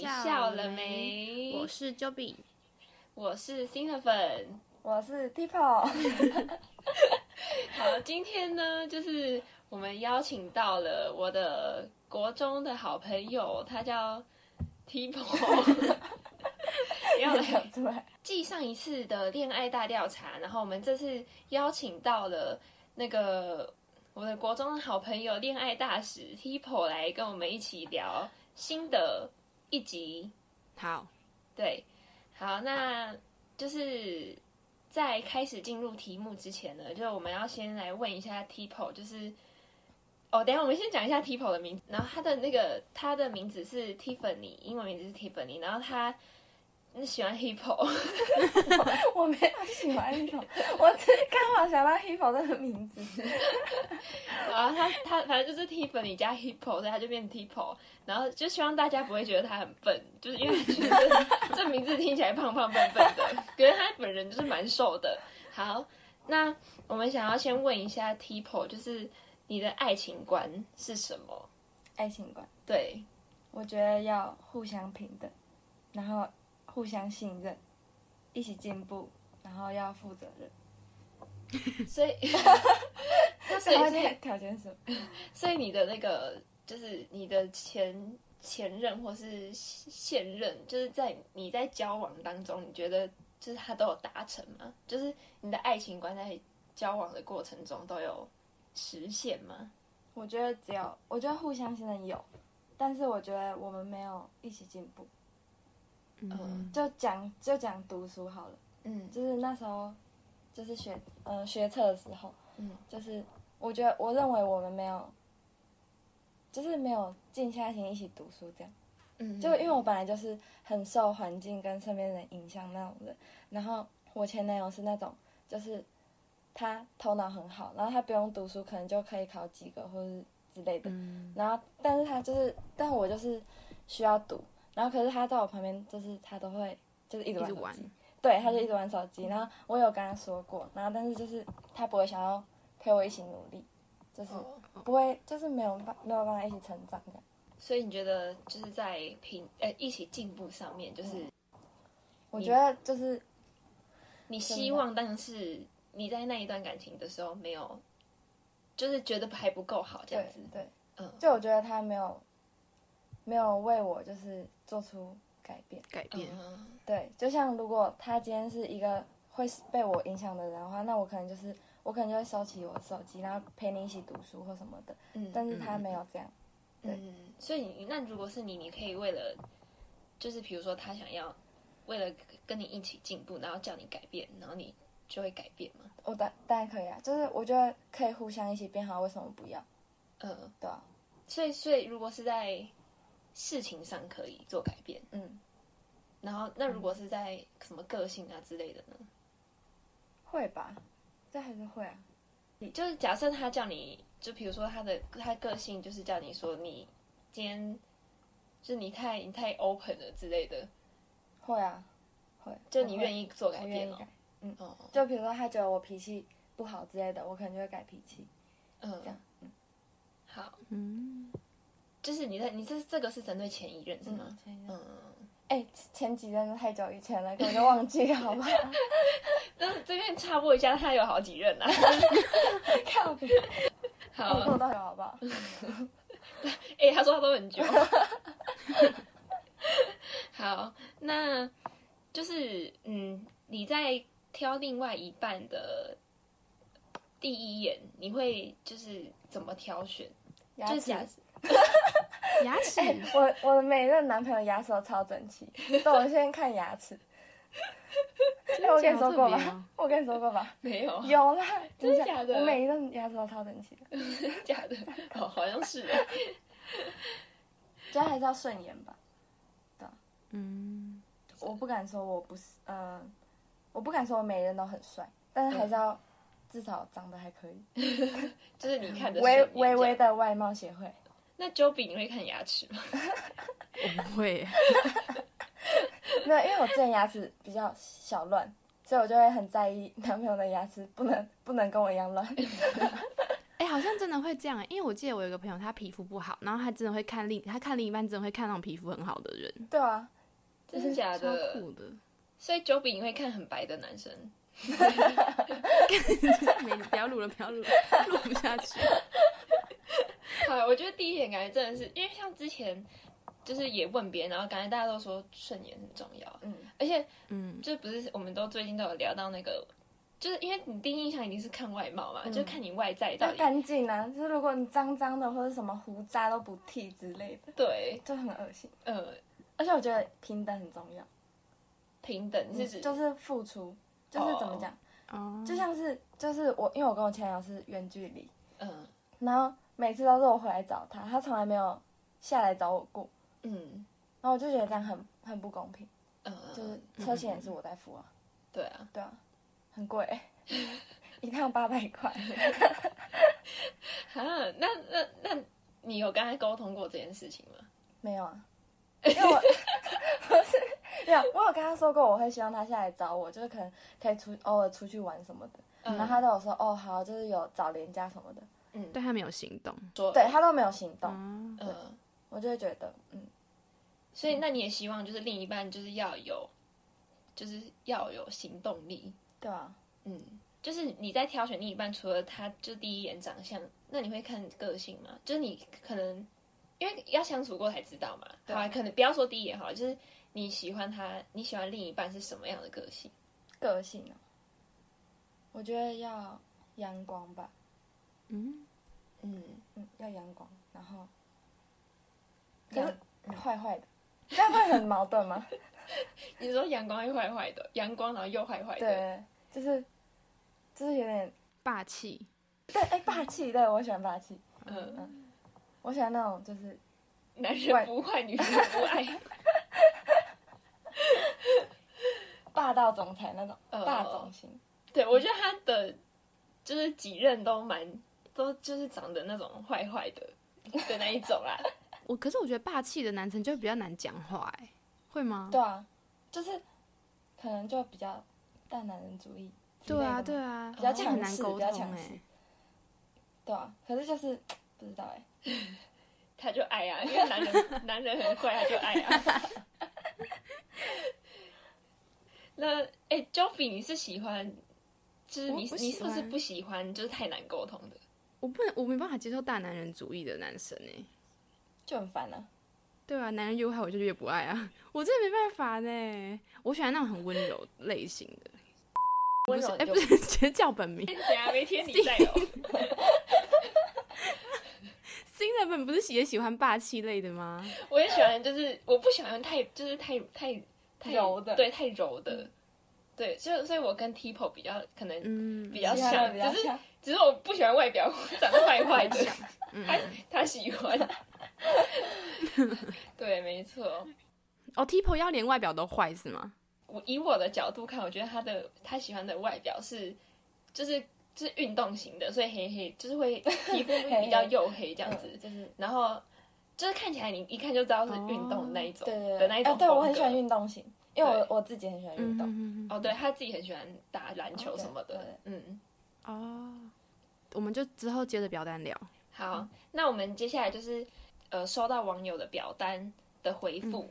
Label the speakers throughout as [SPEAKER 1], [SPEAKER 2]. [SPEAKER 1] 了没？
[SPEAKER 2] 我是 Joby，
[SPEAKER 1] 我是新的粉。
[SPEAKER 3] 我是 Tipo，
[SPEAKER 1] 好，今天呢，就是我们邀请到了我的国中的好朋友，他叫 Tipo，要来
[SPEAKER 3] 讲出来。
[SPEAKER 1] 继上一次的恋爱大调查，然后我们这次邀请到了那个我的国中的好朋友恋爱大使 Tipo 来跟我们一起聊新的一集。
[SPEAKER 2] 好，
[SPEAKER 1] 对，好，那就是在开始进入题目之前呢，就是我们要先来问一下 Tipo，就是哦，等一下我们先讲一下 Tipo 的名字，然后他的那个他的名字是 Tiffany，英文名字是 Tiffany，然后他那喜欢 Tipo，
[SPEAKER 3] 我没有喜欢 Hippo，我只是刚好想到 Hippo 这个名字。
[SPEAKER 1] 然后他他反正就是 Tiffany 加 Hippo，所以他就变 Tipo，然后就希望大家不会觉得他很笨，就是因为他觉得这这名字听起来胖胖笨笨的，可是他本人就是蛮瘦的。好，那我们想要先问一下 Tipo，就是你的爱情观是什么？
[SPEAKER 3] 爱情观，
[SPEAKER 1] 对，
[SPEAKER 3] 我觉得要互相平等，然后互相信任，一起进步，然后要负责任。
[SPEAKER 1] 所以 那所以
[SPEAKER 3] 然后
[SPEAKER 1] 所以
[SPEAKER 3] 条件是什么？
[SPEAKER 1] 所以你的那个就是你的前前任或是现任，就是在你在交往当中，你觉得就是他都有达成吗？就是你的爱情观在交往的过程中都有实现吗？
[SPEAKER 3] 我觉得只有，我觉得互相信任有，但是我觉得我们没有一起进步。
[SPEAKER 2] 嗯，
[SPEAKER 3] 就讲就讲读书好了。
[SPEAKER 1] 嗯
[SPEAKER 3] 就是那时候，就是学呃学测的时候，
[SPEAKER 1] 嗯
[SPEAKER 3] 就是我觉得我认为我们没有，就是没有静下心一起读书这样。
[SPEAKER 1] 嗯，
[SPEAKER 3] 就因为我本来就是很受环境跟身边人影响那种人，然后我前男友是那种，就是他头脑很好，然后他不用读书，可能就可以考及格或是之类的。
[SPEAKER 2] 嗯
[SPEAKER 3] 然后，但是他就是，但我就是需要读，然后可是他在我旁边，就是他都会就是一直
[SPEAKER 2] 一
[SPEAKER 3] 玩
[SPEAKER 2] 直
[SPEAKER 3] 手
[SPEAKER 2] 玩
[SPEAKER 3] 机，对，他就一直玩手机。然后我有跟他说过，然后但是就是他不会想要陪我一起努力，就是
[SPEAKER 1] 哦
[SPEAKER 3] 不会，就是没有办没有办法一起成长这样。
[SPEAKER 1] 所以你觉得就是在平呃一起进步上面，就是
[SPEAKER 3] 我觉得就是
[SPEAKER 1] 你希望，但是你在那一段感情的时候没有，就是觉得还不够好
[SPEAKER 3] 对
[SPEAKER 1] 这样子。
[SPEAKER 3] 对，
[SPEAKER 1] 嗯
[SPEAKER 3] 就我觉得他没有没有为我就是做出改变。
[SPEAKER 2] 改变，
[SPEAKER 1] 嗯
[SPEAKER 3] 对，就像如果他今天是一个会被我影响的人的话，那我可能就是我可能就会收起我的手机，然后陪你一起读书或什么的。
[SPEAKER 1] 嗯
[SPEAKER 3] 但是他没有这样，对
[SPEAKER 1] 嗯，所以你那如果是你，你可以为了，就是比如说他想要为了跟你一起进步，然后叫你改变，然后你就会改变吗？
[SPEAKER 3] 我当当然可以啊，就是我觉得可以互相一起变好，为什么不要？
[SPEAKER 1] 嗯，
[SPEAKER 3] 对啊，
[SPEAKER 1] 所以所以如果是在事情上可以做改变，
[SPEAKER 3] 嗯，
[SPEAKER 1] 然后那如果是在什么个性啊之类的呢？
[SPEAKER 3] 会吧，这还是会啊。
[SPEAKER 1] 就是假设他叫你，就比如说他的他个性就是叫你说你今天就是你太你太 open 了之类的，
[SPEAKER 3] 会啊，会，
[SPEAKER 1] 就你
[SPEAKER 3] 意
[SPEAKER 1] 愿意做改
[SPEAKER 3] 嗯我
[SPEAKER 1] 变
[SPEAKER 3] 愿意
[SPEAKER 1] 哦
[SPEAKER 3] 改。。
[SPEAKER 1] 哦，
[SPEAKER 3] 就比如说他觉得我脾气不好之类的，我可能就会改脾气。这
[SPEAKER 1] 嗯
[SPEAKER 3] 样，
[SPEAKER 1] 好，
[SPEAKER 2] 嗯，
[SPEAKER 1] 就是你在你这这个是针对前一任是吗？
[SPEAKER 3] 嗯，
[SPEAKER 1] 嗯，
[SPEAKER 3] 哎、前几任都太久以前了，根本就忘记了， 好不好？
[SPEAKER 1] 但嗯 是这边插播一下，他有好几任啊。
[SPEAKER 3] 靠别，我
[SPEAKER 1] 好
[SPEAKER 3] 做，到有好不 好？
[SPEAKER 1] 哎、他说他都很久。 好，那就是嗯，你在挑另外一半的第一眼，你会就是怎么挑选？
[SPEAKER 3] 牙
[SPEAKER 1] 就
[SPEAKER 3] 齿
[SPEAKER 1] 是假设
[SPEAKER 2] 牙齿，
[SPEAKER 3] 我我的每任男朋友牙齿都超整齐，但我先看牙齿。哎、我跟你说过
[SPEAKER 2] 这样好特别哦
[SPEAKER 3] 吧，我跟你说过吧，
[SPEAKER 1] 没有啊，
[SPEAKER 3] 有啦，
[SPEAKER 1] 真
[SPEAKER 3] 你
[SPEAKER 1] 的
[SPEAKER 3] 想
[SPEAKER 1] 假的
[SPEAKER 3] 我每一任牙齿都超整齐的，
[SPEAKER 1] 假的，好，好像是。
[SPEAKER 3] 主要还是要顺眼吧。
[SPEAKER 2] 嗯，
[SPEAKER 3] 我不敢说我不是，嗯、我不敢说我每一任都很帅，但是还是要至少长得还可以。
[SPEAKER 1] 就是你看的
[SPEAKER 3] 微微微。的外貌协会，
[SPEAKER 1] 那 Joby 你会看牙齿吗？
[SPEAKER 2] 我不会，
[SPEAKER 3] 没有，因为我之前牙齿比较小乱， 所以我就会很在意男朋友的牙齿不能 不能跟我一样乱。
[SPEAKER 2] 哎，好像真的会这样，因为我记得我有一个朋友，他皮肤不好，然后他真的会看另，他看另一半真的会看那种皮肤很好的人，
[SPEAKER 3] 对啊，
[SPEAKER 1] 真的假
[SPEAKER 2] 超
[SPEAKER 1] 的？
[SPEAKER 2] 酷的。
[SPEAKER 1] 所以九比你会看很白的男生，
[SPEAKER 2] 没，不要录了，不要录了，录不下去。
[SPEAKER 1] 好，我觉得第一眼感觉真的是，因为像之前就是也问别人，然后感觉大家都说顺眼很重要，
[SPEAKER 3] 嗯，
[SPEAKER 1] 而且
[SPEAKER 2] 嗯，
[SPEAKER 1] 就不是我们都最近都有聊到那个，就是因为你第一印象一定是看外貌嘛，
[SPEAKER 3] 嗯
[SPEAKER 1] 就看你外在到
[SPEAKER 3] 要
[SPEAKER 1] 底
[SPEAKER 3] 干净啊！就是如果你脏脏的或者什么胡渣都不剃之类的，
[SPEAKER 1] 对，
[SPEAKER 3] 就很恶心。
[SPEAKER 1] 呃，
[SPEAKER 3] 而且我觉得平等很重要，
[SPEAKER 1] 平等是指
[SPEAKER 3] 嗯就是付出，就是怎么讲
[SPEAKER 2] 哦，
[SPEAKER 3] 就像是就是我，因为我跟我前男友是远距离，
[SPEAKER 1] 嗯
[SPEAKER 3] 然后每次都是我回来找他，他从来没有下来找我过，
[SPEAKER 1] 嗯
[SPEAKER 3] 然后我就觉得这样很很不公平，
[SPEAKER 1] 嗯，
[SPEAKER 3] 就是车钱也是我在付啊，
[SPEAKER 1] 对啊，
[SPEAKER 3] 对啊，很贵、 一趟八百块，
[SPEAKER 1] 哈，那那那你有跟他沟通过这件事情吗？
[SPEAKER 3] 没有啊，因为我 我是没有，我有跟他说过我会希望他下来找我，就是可能可以出偶尔出去玩什么的，
[SPEAKER 1] 嗯
[SPEAKER 3] 然后他都有说哦好，就是有找廉价什么的，
[SPEAKER 1] 嗯，
[SPEAKER 2] 但他没有行动。
[SPEAKER 1] 说
[SPEAKER 3] 对，他都没有行动，
[SPEAKER 2] 哦，
[SPEAKER 1] 嗯，
[SPEAKER 3] 我就会觉得嗯
[SPEAKER 1] 所以那你也希望就是另一半就是要有，就是要有行动力，
[SPEAKER 3] 对啊，
[SPEAKER 1] 嗯，就是你在挑选另一半，除了他就第一眼长相，那你会看个性吗？就是你可能因为要相处过才知道嘛。好
[SPEAKER 3] 对
[SPEAKER 1] 啊，可能不要说第一眼好了，就是你喜欢他，你喜欢另一半是什么样的个性？
[SPEAKER 3] 个性啊，我觉得要阳光吧，
[SPEAKER 2] 嗯，
[SPEAKER 1] 嗯，
[SPEAKER 3] 嗯，要阳光，然后
[SPEAKER 1] 可是
[SPEAKER 3] 阳坏坏的，这样会很矛盾吗？
[SPEAKER 1] 你说阳光又坏坏的，阳光然后又坏坏的，
[SPEAKER 3] 对，就是就是有点
[SPEAKER 2] 霸气。
[SPEAKER 3] 对，哎、霸气，对我喜欢霸气，
[SPEAKER 1] 嗯、
[SPEAKER 3] 我喜欢那种就是
[SPEAKER 1] 男人不坏，女人不 爱，
[SPEAKER 3] 霸道总裁那种
[SPEAKER 1] 哦
[SPEAKER 3] 霸总型，
[SPEAKER 1] 对我觉得他的就是几任都蛮都就是长得那种坏坏的的那一种啊 啦。
[SPEAKER 2] 我可是我觉得霸气的男生就比较难讲话，哎，会吗？
[SPEAKER 3] 对啊，就是可能就比较大男人主义之类
[SPEAKER 2] 对
[SPEAKER 3] 的嘛，
[SPEAKER 2] 啊，对啊，
[SPEAKER 1] 比较
[SPEAKER 2] 就
[SPEAKER 1] 强
[SPEAKER 2] 很难
[SPEAKER 3] 势
[SPEAKER 2] 沟
[SPEAKER 3] 比较
[SPEAKER 2] 通
[SPEAKER 3] 强
[SPEAKER 2] 哎
[SPEAKER 3] 势。对啊，可是就是不知道哎、
[SPEAKER 1] 他就爱啊，因为男人男人很坏，他就爱啊。那哎 j o b y 你是喜欢，就是你
[SPEAKER 2] 我我
[SPEAKER 1] 你是不
[SPEAKER 2] 喜
[SPEAKER 1] 是
[SPEAKER 2] 欢
[SPEAKER 1] 不喜欢就是太难沟通的？
[SPEAKER 2] 我不能，我没办法接受大男人主义的男生哎。
[SPEAKER 3] 就很烦啊。
[SPEAKER 2] 对啊，男人越坏我就越不爱啊， 我真的没办法呢。我喜欢那种很温柔类型的，
[SPEAKER 1] 温
[SPEAKER 2] 不是
[SPEAKER 1] 柔
[SPEAKER 2] 哎，
[SPEAKER 1] 你就
[SPEAKER 2] 不是， 直接叫本名。
[SPEAKER 1] 等一下没天你在 哦。
[SPEAKER 2] 新人本不是也喜欢霸气类的吗？
[SPEAKER 1] 我也喜欢，就是我不喜欢太就是太太太
[SPEAKER 3] 柔的
[SPEAKER 1] 对，太柔的。对，所以所以我跟 Tipo 比较可能
[SPEAKER 2] 嗯，
[SPEAKER 1] 比较
[SPEAKER 3] 喜欢的比
[SPEAKER 1] 像，
[SPEAKER 3] 较
[SPEAKER 1] 只是
[SPEAKER 3] 像，
[SPEAKER 1] 只是我不喜欢外表 长得坏坏的，
[SPEAKER 2] 嗯
[SPEAKER 1] 他他喜欢。对，没错。
[SPEAKER 2] 哦，Tipo 要连外表都坏是吗？
[SPEAKER 1] 我以我的角度看，我觉得他的他喜欢的外表是，就是就是运动型的，所以黑黑就 是会皮肤比较黝黑这样子
[SPEAKER 3] 嗯，就是
[SPEAKER 1] 然后就是看起来你一看就知道是运动的那一种、
[SPEAKER 3] 对对
[SPEAKER 1] 的
[SPEAKER 3] 对，
[SPEAKER 1] 那一
[SPEAKER 3] 哎、
[SPEAKER 1] 种、
[SPEAKER 3] 对我很喜欢。运动型，因为
[SPEAKER 1] 对
[SPEAKER 3] 我我自己很喜欢运
[SPEAKER 2] 嗯
[SPEAKER 3] 动。
[SPEAKER 2] 嗯
[SPEAKER 1] 哦，对他自己很喜欢打篮球什么的
[SPEAKER 3] 哦，
[SPEAKER 1] 嗯。
[SPEAKER 2] 哦，我们就之后接着表单聊。
[SPEAKER 1] 好，那我们接下来就是呃，收到网友的表单的回复，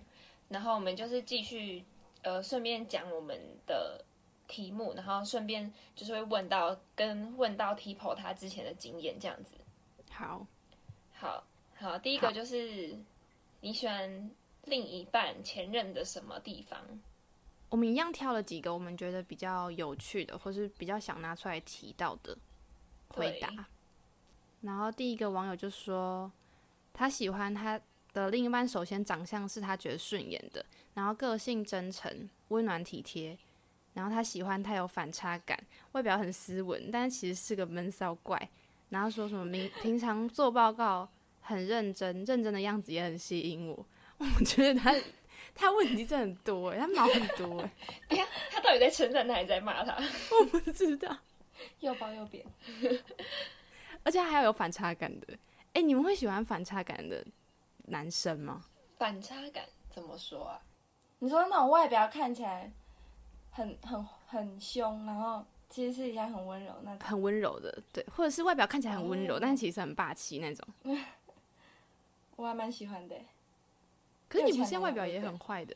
[SPEAKER 1] 然后我们就是继续呃，顺便讲我们的题目，然后顺便就是会问到跟问到 Tipo 他之前的经验这样子。
[SPEAKER 2] 好，
[SPEAKER 1] 好好，第一个
[SPEAKER 2] 好
[SPEAKER 1] 就是你喜欢另一半前任的什么地方？
[SPEAKER 2] 我们一样挑了几个我们觉得比较有趣的，或是比较想拿出来提到的回
[SPEAKER 1] 对
[SPEAKER 2] 答。然后第一个网友就说，他喜欢他的另一半，首先长相是他觉得顺眼的，然后个性真诚、温暖体贴，然后他喜欢他有反差感，外表很斯文，但是其实是个闷骚怪。然后说什么明平常做报告很认真，认真的样子也很吸引我。我觉得他 他问题真的很多欸，他毛很多欸，
[SPEAKER 1] 他到底在称赞他，还是在骂他？
[SPEAKER 2] 我不知道。
[SPEAKER 3] 又包又扁，
[SPEAKER 2] 而且还要有反差感的。哎、你们会喜欢反差感的男生吗？
[SPEAKER 1] 反差感怎么说啊？
[SPEAKER 3] 你说那种外表看起来很很很凶，然后其实私底下很温柔那种，
[SPEAKER 2] 很温柔的，对，或者是外表看起来很温柔，
[SPEAKER 1] 哦
[SPEAKER 2] 但其实很霸气那种。
[SPEAKER 3] 我还蛮喜欢的欸。
[SPEAKER 2] 可
[SPEAKER 3] 有
[SPEAKER 2] 是你不
[SPEAKER 3] 钱
[SPEAKER 2] 是
[SPEAKER 3] 男
[SPEAKER 2] 外
[SPEAKER 3] 友
[SPEAKER 2] 表也
[SPEAKER 3] 对
[SPEAKER 2] 很坏的，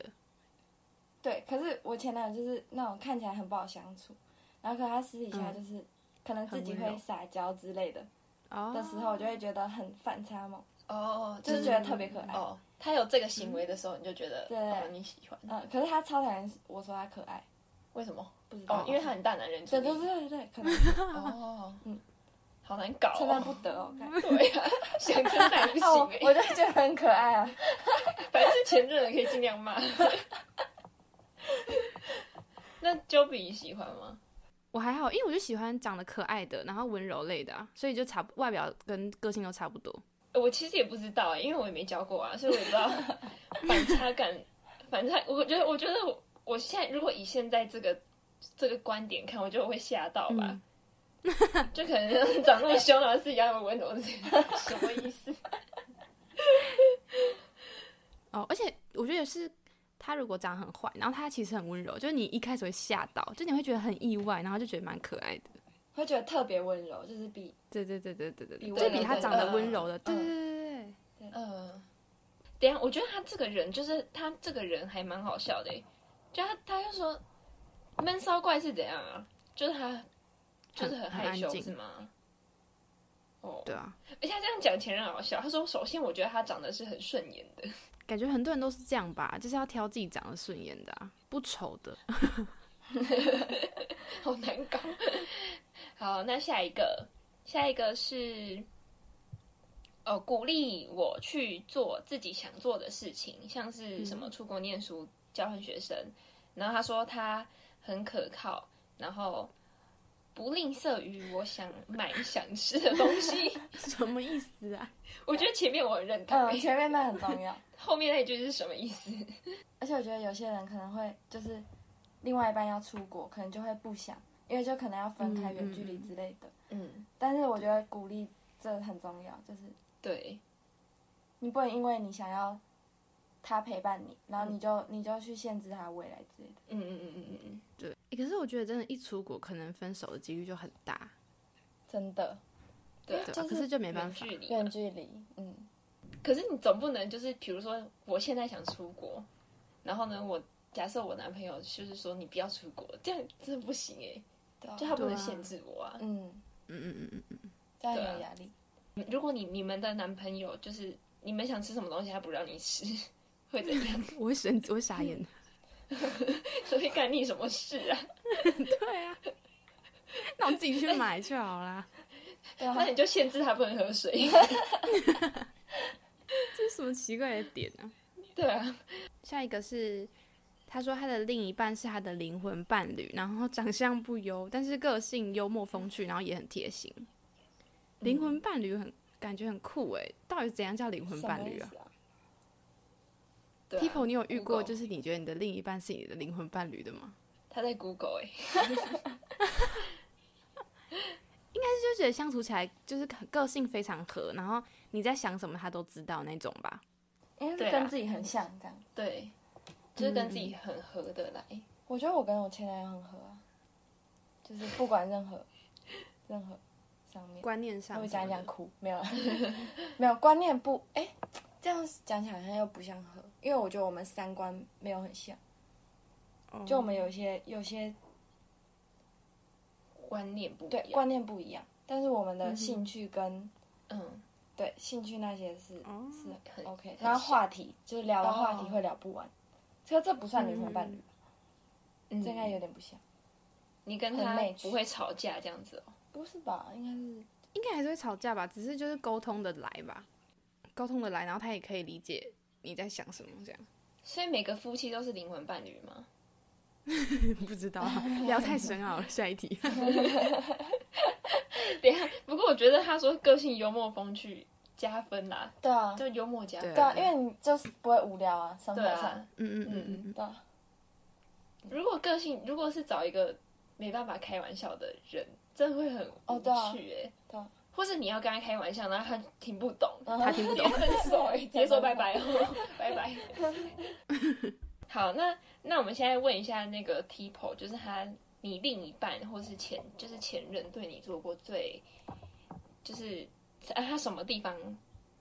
[SPEAKER 3] 对，可是我前男友就是那种看起来很不好相处，然后可他私底下就是、可能自己
[SPEAKER 2] 嗯很温
[SPEAKER 3] 会
[SPEAKER 2] 柔
[SPEAKER 3] 撒娇之类的
[SPEAKER 2] 哦嗯
[SPEAKER 3] 的时候，我就会觉得很反差萌，
[SPEAKER 1] 哦，
[SPEAKER 3] 就
[SPEAKER 1] 就是
[SPEAKER 3] 觉得特别可爱。
[SPEAKER 1] 哦，他有这个行为的时候，你就觉得
[SPEAKER 3] 对
[SPEAKER 1] 哦你喜欢，
[SPEAKER 3] 嗯，可是他超讨厌我说他可爱，
[SPEAKER 1] 为什么？
[SPEAKER 3] 不知道，
[SPEAKER 1] 哦，因为他很大男人主
[SPEAKER 3] 对对
[SPEAKER 1] 义，
[SPEAKER 3] 对对对，可能
[SPEAKER 1] 哦，
[SPEAKER 3] 嗯
[SPEAKER 1] 嗯，好难搞
[SPEAKER 3] 称赞
[SPEAKER 1] 哦，
[SPEAKER 3] 不得 哦。看
[SPEAKER 1] 对 啊，想称赞不
[SPEAKER 3] 啊我
[SPEAKER 1] 行
[SPEAKER 3] 我
[SPEAKER 1] 欸，
[SPEAKER 3] 就觉得很可爱啊，
[SPEAKER 1] 反正是前任的可以尽量骂。那 Joey 喜欢吗？
[SPEAKER 2] 我还好，因为我就喜欢长得可爱的，然后温柔类的、啊，所以就差不外表跟个性都差不多。
[SPEAKER 1] 呃我其实也不知道欸，因为我也没教过啊，所以我也不知道反差感。反差，我觉得，我觉得我我现在如果以现在这个这个观点看，我觉得我会吓到吧。
[SPEAKER 2] 嗯
[SPEAKER 1] 就可能长那么凶，然后是一样的温柔，是 什么意思？
[SPEAKER 2] 哦，而且我觉得是他如果长得很坏，然后他其实很温柔，就是你一开始会吓到，就你会觉得很意外，然后就觉得蛮可爱的。
[SPEAKER 3] 会觉得特别温柔，就是比
[SPEAKER 2] 对对对对对对，
[SPEAKER 3] 比
[SPEAKER 2] 对
[SPEAKER 3] 温
[SPEAKER 2] 就
[SPEAKER 1] 柔
[SPEAKER 2] 比他
[SPEAKER 1] 的
[SPEAKER 2] 长得
[SPEAKER 1] 呃
[SPEAKER 2] 温柔的，对
[SPEAKER 3] 嗯
[SPEAKER 2] 对对对对。
[SPEAKER 1] 呃，等一下，我觉得他这个人就是他这个人还蛮好笑的欸，就他他就说闷骚怪是怎样啊？就是他就是很
[SPEAKER 2] 很
[SPEAKER 1] 害
[SPEAKER 2] 安
[SPEAKER 1] 羞
[SPEAKER 2] 静
[SPEAKER 1] 是吗？哦，
[SPEAKER 2] 对啊，
[SPEAKER 1] 而且他这样讲前任好笑，他说首先我觉得他长得是很顺眼的，
[SPEAKER 2] 感觉很多人都是这样吧，就是要挑自己长得顺眼的、啊，不丑的。
[SPEAKER 1] 好难搞。好，那下一个，下一个是，呃，鼓励我去做自己想做的事情，像是什么出国念书、交换学生。然后他说他很可靠，然后不吝啬于我想买想吃的东西。
[SPEAKER 2] 什么意思啊？
[SPEAKER 1] 我觉得前面我很认同、
[SPEAKER 3] 嗯前面那很重要。
[SPEAKER 1] 后面那一句是什么意思？
[SPEAKER 3] 而且我觉得有些人可能会就是另外一半要出国，可能就会不想，因为就可能要分开
[SPEAKER 2] 嗯
[SPEAKER 3] 远距离
[SPEAKER 2] 嗯嗯
[SPEAKER 3] 之类的。
[SPEAKER 1] 嗯，
[SPEAKER 3] 但是我觉得鼓励这很重要，就是
[SPEAKER 1] 对，
[SPEAKER 3] 你不能因为你想要他陪伴你，然后你就、你就去限制他的未来之类的。
[SPEAKER 1] 嗯嗯嗯嗯嗯嗯。
[SPEAKER 2] 对、欸可是我觉得真的，一出国可能分手的几率就很大，
[SPEAKER 3] 真的，
[SPEAKER 1] 对啊
[SPEAKER 2] 对吧、
[SPEAKER 3] 就是
[SPEAKER 2] 可是就没办
[SPEAKER 1] 远
[SPEAKER 2] 法
[SPEAKER 1] 距，离啊、
[SPEAKER 3] 远距离，嗯，
[SPEAKER 1] 可是你总不能就是，比如说我现在想出国，然后呢，我假设我男朋友就是说你不要出国，这样真的不行哎、
[SPEAKER 3] 对、啊，
[SPEAKER 1] 就他不能
[SPEAKER 2] 对啊
[SPEAKER 1] 限制我啊。
[SPEAKER 3] 嗯，
[SPEAKER 2] 嗯嗯嗯嗯嗯，
[SPEAKER 3] 这样很有
[SPEAKER 1] 对啊
[SPEAKER 3] 压 力。
[SPEAKER 1] 如果你你们的男朋友就是你们想吃什么东西，他不让你吃， 会怎 样？
[SPEAKER 2] 嗯我会生气，我会傻眼。
[SPEAKER 1] 所以干你什么事啊？
[SPEAKER 2] 对啊，那我自己去买就好啦。
[SPEAKER 3] 对啊，
[SPEAKER 1] 那你就限制他不能喝 水。
[SPEAKER 2] 这是什么奇怪的点啊？
[SPEAKER 1] 对啊，
[SPEAKER 2] 下一个是，他说他的另一半是他的灵魂伴侣，然后长相不优，但是个性幽默风趣，然后也很贴心。灵魂伴侣很感觉很酷诶，到底怎样叫灵魂
[SPEAKER 3] 什
[SPEAKER 2] 伴
[SPEAKER 3] 么
[SPEAKER 2] 侣
[SPEAKER 3] 意
[SPEAKER 2] 啊
[SPEAKER 3] 思啊？
[SPEAKER 1] 对啊
[SPEAKER 2] p e o p l e 你有遇过
[SPEAKER 1] Google
[SPEAKER 2] 就是你觉得你的另一半是你的灵魂伴侣的吗？
[SPEAKER 1] 他在 Google 哎、
[SPEAKER 2] 就觉得相处起来就是个性非常合，然后你在想什么他都知道那种吧。
[SPEAKER 3] 因为
[SPEAKER 1] 对
[SPEAKER 3] 是
[SPEAKER 1] 啊
[SPEAKER 3] 跟自己很像这样。
[SPEAKER 1] 对，就是跟自己很合得来。
[SPEAKER 3] 我觉得我跟我前男友很合啊，就是不管任何任何上面。
[SPEAKER 2] 观念上
[SPEAKER 3] 我
[SPEAKER 2] 什么的，
[SPEAKER 3] 讲一讲哭，没有啦，啊没有观念不，哎、这样讲起来好像又不像合，因为我觉得我们三观没有很像，
[SPEAKER 2] 哦，
[SPEAKER 3] 就我们有一些有些
[SPEAKER 1] 观念不
[SPEAKER 3] 对
[SPEAKER 1] 一样，
[SPEAKER 3] 观念不一样，但是我们的兴趣跟、
[SPEAKER 1] 嗯，
[SPEAKER 3] 对兴趣那些是、
[SPEAKER 2] 哦
[SPEAKER 3] 是
[SPEAKER 1] 很
[SPEAKER 3] OK，
[SPEAKER 1] 很
[SPEAKER 3] 然后话题就是聊的话题
[SPEAKER 1] 嗯哦
[SPEAKER 3] 会聊不完，这、这不算灵魂伴侣，
[SPEAKER 1] 嗯
[SPEAKER 3] 这应该有点不像，
[SPEAKER 1] 你跟
[SPEAKER 3] 很
[SPEAKER 1] 他
[SPEAKER 3] match
[SPEAKER 1] 不会吵架这样子哦。
[SPEAKER 3] 不是吧？应该是
[SPEAKER 2] 应该还是会吵架吧，只是就是沟通的来吧，沟通的来，然后他也可以理解你在想什么，这样
[SPEAKER 1] 所以每个夫妻都是灵魂伴侣吗？
[SPEAKER 2] 不知道 啊聊太深奥了，下一题。
[SPEAKER 1] 等一下，不过我觉得他说个性幽默风趣加分啦，
[SPEAKER 3] 对啊，
[SPEAKER 1] 就幽默加分。
[SPEAKER 3] 对啊，因为你就是不会无聊啊，生活
[SPEAKER 1] 对
[SPEAKER 3] 上，
[SPEAKER 1] 啊，
[SPEAKER 2] 嗯嗯嗯嗯嗯，
[SPEAKER 3] 对啊，
[SPEAKER 1] 如果个性如果是找一个没办法开玩笑的人，真的会很
[SPEAKER 3] 哦
[SPEAKER 1] 无
[SPEAKER 3] 对啊
[SPEAKER 1] 趣哎、
[SPEAKER 3] 对啊
[SPEAKER 1] 或是你要跟他开玩笑，然后他听不 懂，
[SPEAKER 3] 嗯
[SPEAKER 2] 他听不
[SPEAKER 1] 也
[SPEAKER 2] 懂。
[SPEAKER 1] 分 手哎、直接说拜拜哦，拜拜。 好，那那我们现在问一下那个 Tipo，就是他你另一半或是前就是前任对你做过最，就是啊他什么地方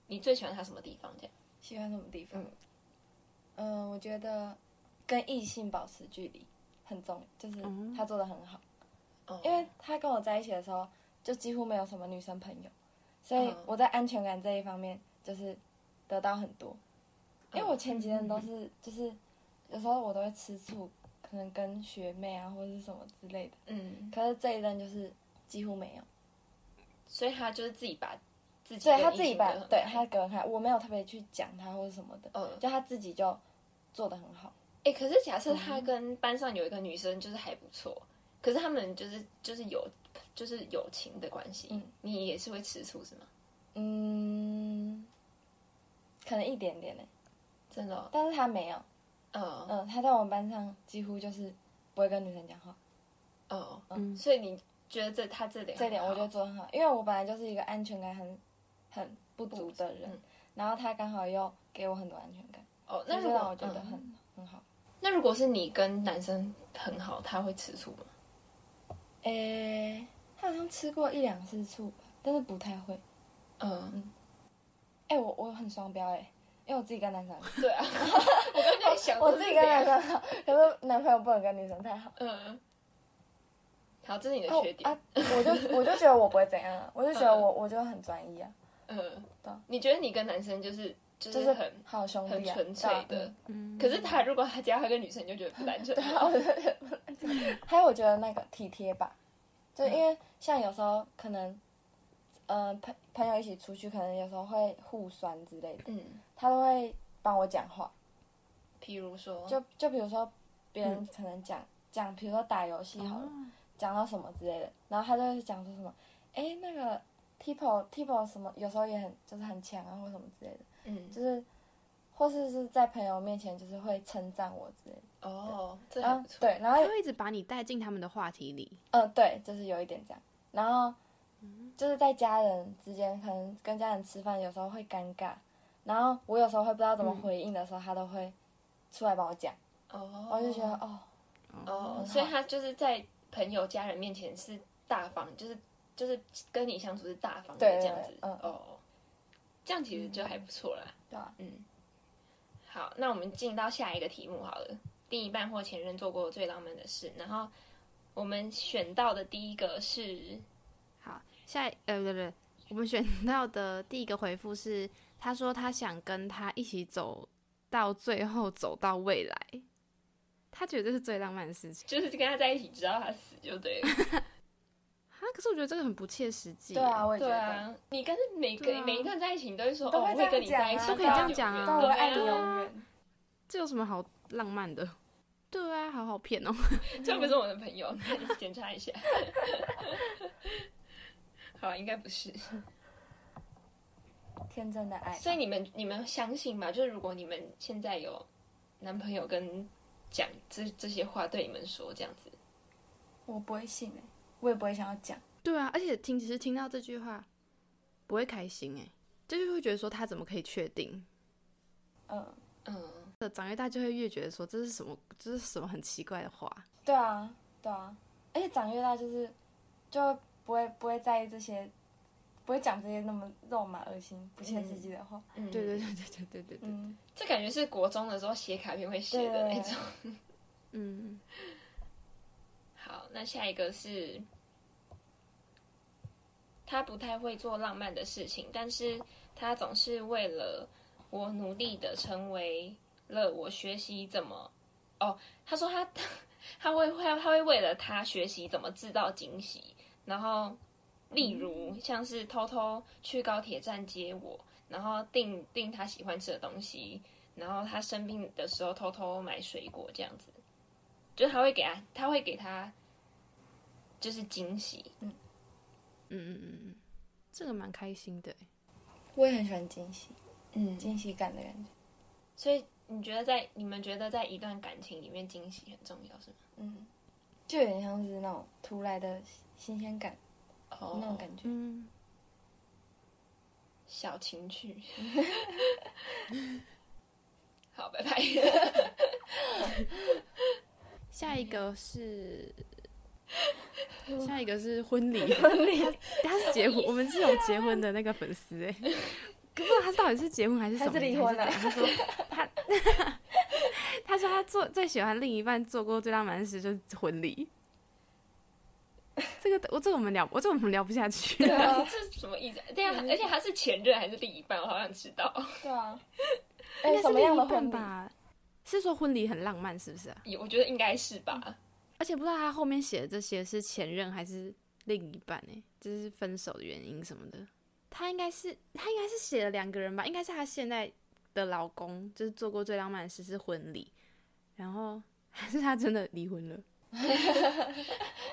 [SPEAKER 1] 你最喜欢他什么地方这样？
[SPEAKER 3] 喜欢什么地方？
[SPEAKER 1] 嗯
[SPEAKER 3] 呃嗯，我觉得跟异性保持距离很重，就是
[SPEAKER 2] 嗯
[SPEAKER 3] 他做的很好。
[SPEAKER 1] 哦
[SPEAKER 3] 因为他跟我在一起的时候，就几乎没有什么女生朋友，所以
[SPEAKER 1] 嗯
[SPEAKER 3] 我在安全感这一方面就是得到很
[SPEAKER 1] 哦
[SPEAKER 3] 多。因为我前几天都
[SPEAKER 1] 嗯
[SPEAKER 3] 是就是有时候我都会吃醋，可能跟学妹啊或者是什么之类的。
[SPEAKER 1] 嗯，
[SPEAKER 3] 可是这一任就是几乎没有，
[SPEAKER 1] 所以他就是自己把自己
[SPEAKER 3] 对
[SPEAKER 1] 跟
[SPEAKER 3] 他自己
[SPEAKER 1] 异性嗯隔
[SPEAKER 3] 把
[SPEAKER 1] 很开
[SPEAKER 3] 对他隔开，我没有特别去讲他或者什么的，
[SPEAKER 1] 嗯，
[SPEAKER 3] 就他自己就做的很好。
[SPEAKER 1] 哎、可是假设他跟班上有一个女生就是还不错，可是他们就是就是有就是友情的关系，
[SPEAKER 3] 嗯
[SPEAKER 1] 你也是会吃醋是吗？
[SPEAKER 3] 嗯，可能一点点呢、
[SPEAKER 1] 真的、哦，
[SPEAKER 3] 但是他没有，
[SPEAKER 1] 嗯
[SPEAKER 3] 嗯，他在我们班上几乎就是不会跟女生讲话。
[SPEAKER 1] 嗯
[SPEAKER 3] 哦
[SPEAKER 2] 嗯
[SPEAKER 1] 所以你觉得这他这点
[SPEAKER 3] 这一点我觉得
[SPEAKER 1] 就
[SPEAKER 3] 做得很好，因为我本来就是一个安全感很很不足的人，
[SPEAKER 1] 嗯
[SPEAKER 3] 然后他刚好又给我很多安全感，
[SPEAKER 1] 哦，那
[SPEAKER 3] 就
[SPEAKER 1] 如
[SPEAKER 3] 让
[SPEAKER 1] 果
[SPEAKER 3] 我觉得
[SPEAKER 1] 嗯
[SPEAKER 3] 很、很好。
[SPEAKER 1] 那如果是你跟男生很好，他会吃醋吗？
[SPEAKER 3] 诶、他好像吃过一两次醋吧，但是不太会。
[SPEAKER 1] 嗯，
[SPEAKER 3] 诶、我我很双标诶、因为我自己跟男生很好，
[SPEAKER 1] 对啊， 我刚才 想
[SPEAKER 3] 我
[SPEAKER 1] 的
[SPEAKER 3] 自
[SPEAKER 1] 是
[SPEAKER 3] 己
[SPEAKER 1] 这
[SPEAKER 3] 跟男
[SPEAKER 1] 样，
[SPEAKER 3] 生很好，可是男朋友不能跟女生太好。
[SPEAKER 1] 嗯，好，这是你的
[SPEAKER 3] 啊
[SPEAKER 1] 缺点，
[SPEAKER 3] 啊！我就我就觉得我不会怎样啊，我就觉得我我就很专一啊，
[SPEAKER 1] 嗯
[SPEAKER 3] 对啊，
[SPEAKER 1] 你觉得你跟男生就是就
[SPEAKER 3] 就是
[SPEAKER 1] 很。
[SPEAKER 3] 好兄
[SPEAKER 1] 很
[SPEAKER 3] 弟啊，
[SPEAKER 1] 纯粹
[SPEAKER 3] 对啊
[SPEAKER 1] 的，
[SPEAKER 2] 嗯
[SPEAKER 1] 可是他如果他只要他跟女生，你就觉得不单纯。嗯
[SPEAKER 3] 还有我觉得那个体贴吧，就
[SPEAKER 1] 嗯
[SPEAKER 3] 因为像有时候可能，呃，朋朋友一起出去，可能有时候会互酸之类的，
[SPEAKER 1] 嗯，
[SPEAKER 3] 他都会帮我讲话。
[SPEAKER 1] 譬如说，
[SPEAKER 3] 就就比如说别
[SPEAKER 1] 嗯
[SPEAKER 3] 人可能讲讲，比如说打游
[SPEAKER 2] 哦
[SPEAKER 3] 戏好了，
[SPEAKER 1] 哦
[SPEAKER 3] 讲到什么之类的，然后他就会讲说什么，哎，那个 Tipo Tipo 什么，有时候也很就是很强啊或什么之类的，
[SPEAKER 1] 嗯，
[SPEAKER 3] 就是或是是在朋友面前就是会称赞我之类的，
[SPEAKER 1] 哦，这
[SPEAKER 3] 然
[SPEAKER 1] 很
[SPEAKER 3] 后
[SPEAKER 1] 不错。
[SPEAKER 3] 啊对，然后
[SPEAKER 2] 他会一直把你带进他们的话题里，
[SPEAKER 3] 嗯，对，就是有一点这样。然后
[SPEAKER 1] 嗯
[SPEAKER 3] 就是在家人之间，可能跟家人吃饭有时候会尴尬，然后我有时候会不知道怎
[SPEAKER 1] 嗯
[SPEAKER 3] 么回应的时候，他都会出来帮我讲，
[SPEAKER 1] 哦，
[SPEAKER 3] 我就觉得哦，
[SPEAKER 1] 哦，
[SPEAKER 3] 很
[SPEAKER 1] 所以
[SPEAKER 3] 好
[SPEAKER 1] 他就是在朋友、家人面前是大方，就是就是跟你相处是大方的
[SPEAKER 3] 对对
[SPEAKER 1] 这样子
[SPEAKER 3] 对。嗯
[SPEAKER 1] 哦，这样其实就还不错啦。
[SPEAKER 3] 对啊，
[SPEAKER 1] 嗯，好，那我们进到下一个题目好了。另一半或前任做过最浪漫的事，然后我们选到的第一个是，
[SPEAKER 2] 好，下一呃不对不对，我们选到的第一个回复是，他说他想跟他一起走到最后，走到未来。他觉得这是最浪漫的事情
[SPEAKER 1] 就是跟他在一起直到他死就对了。
[SPEAKER 2] 啊！可是我觉得这个很不切实际。欸
[SPEAKER 3] 对啊，，我也觉
[SPEAKER 1] 对
[SPEAKER 3] 得，
[SPEAKER 1] 啊，你跟每个、
[SPEAKER 2] 对啊
[SPEAKER 1] 每一个人在一起，你都会说
[SPEAKER 3] 都
[SPEAKER 1] 哦
[SPEAKER 3] 会
[SPEAKER 1] 我
[SPEAKER 3] 这
[SPEAKER 1] 会
[SPEAKER 3] 样
[SPEAKER 1] 跟你
[SPEAKER 3] 讲
[SPEAKER 1] 在一
[SPEAKER 3] 啊
[SPEAKER 1] 起，
[SPEAKER 2] 都可以这样
[SPEAKER 1] 永
[SPEAKER 2] 讲啊
[SPEAKER 1] 远
[SPEAKER 3] 但我
[SPEAKER 1] 对
[SPEAKER 3] 会爱你永
[SPEAKER 2] 啊
[SPEAKER 3] 远。
[SPEAKER 2] 这有什么好浪漫的？对啊，好好骗哦。
[SPEAKER 3] 啊
[SPEAKER 1] 这不是我的朋友，你检查一下。 好，应该不是。
[SPEAKER 3] 天真的爱吧，
[SPEAKER 1] 所以你们你们相信吗？就是如果你们现在有男朋友跟讲这这些话对你们说这样子，
[SPEAKER 3] 我不会信哎、我也不会想要讲，
[SPEAKER 2] 对啊，而且听其实听到这句话不会开心哎，就是会觉得说他怎么可以确定？
[SPEAKER 3] 嗯，
[SPEAKER 1] 嗯，
[SPEAKER 2] 呃长越大就会越觉得说这是什么，这是什么很奇怪的话。
[SPEAKER 3] 对啊，对啊，而且长越大就是就不会不会在意这些，不会讲这些那么肉麻恶心、不切实际的话，
[SPEAKER 1] 嗯
[SPEAKER 2] 对对，对对对对对，
[SPEAKER 3] 嗯
[SPEAKER 1] 这感觉是国中的时候写卡片会写的那种。
[SPEAKER 2] 嗯，
[SPEAKER 1] 好，那下一个是，他不太会做浪漫的事情，但是他总是为了我努力的成为了我学习怎么哦，他说他 他会会他会为了他学习怎么制造惊喜，然后例如像是偷偷去高铁站接我，然后订订他喜欢吃的东西，然后他生病的时候偷偷买水果这样子。就是他会给他，他会给他就是惊喜。
[SPEAKER 2] 嗯嗯嗯嗯，这个蛮开心的欸。
[SPEAKER 3] 我也很喜欢惊喜，
[SPEAKER 1] 嗯，
[SPEAKER 3] 惊喜感的感觉。
[SPEAKER 1] 所以你觉得在你们觉得在一段感情里面惊喜很重要是吗？
[SPEAKER 3] 嗯，就有点像是那种突来的新鲜感、
[SPEAKER 1] 哦
[SPEAKER 3] 那种感觉。
[SPEAKER 2] 嗯，
[SPEAKER 1] 小情趣。 好，拜拜。
[SPEAKER 2] 下一个是，
[SPEAKER 3] 哎
[SPEAKER 2] 下一个是婚礼，婚礼，他是结婚，我们是有结婚的那个粉丝哎、欸，可不知道他到底是结婚还是什么，
[SPEAKER 3] 还是离婚啊
[SPEAKER 2] 还是怎样他说他他他说他做最喜欢另一半做过最浪漫的事就是婚礼。这个我这个我们聊，我这个我们聊不下去
[SPEAKER 1] 对
[SPEAKER 2] 了。
[SPEAKER 1] 啊， 这是什么意思？对啊，
[SPEAKER 3] 嗯
[SPEAKER 1] 而且他是前任还是另一半？我好想知道。
[SPEAKER 3] 对啊，
[SPEAKER 2] 应
[SPEAKER 3] 哎、
[SPEAKER 2] 该是
[SPEAKER 3] 什么样
[SPEAKER 2] 另
[SPEAKER 3] 的
[SPEAKER 2] 一半
[SPEAKER 3] 婚礼？
[SPEAKER 2] 吧？是说婚礼很浪漫是不是啊？
[SPEAKER 1] 也我觉得应该是吧。
[SPEAKER 2] 而且不知道他后面写的这些是前任还是另一半哎、就是分手的原因什么的。他应该是他应该是写了两个人吧，应该是他现在的老公，就是做过最浪漫的事是婚礼，然后 还是他真的离婚了。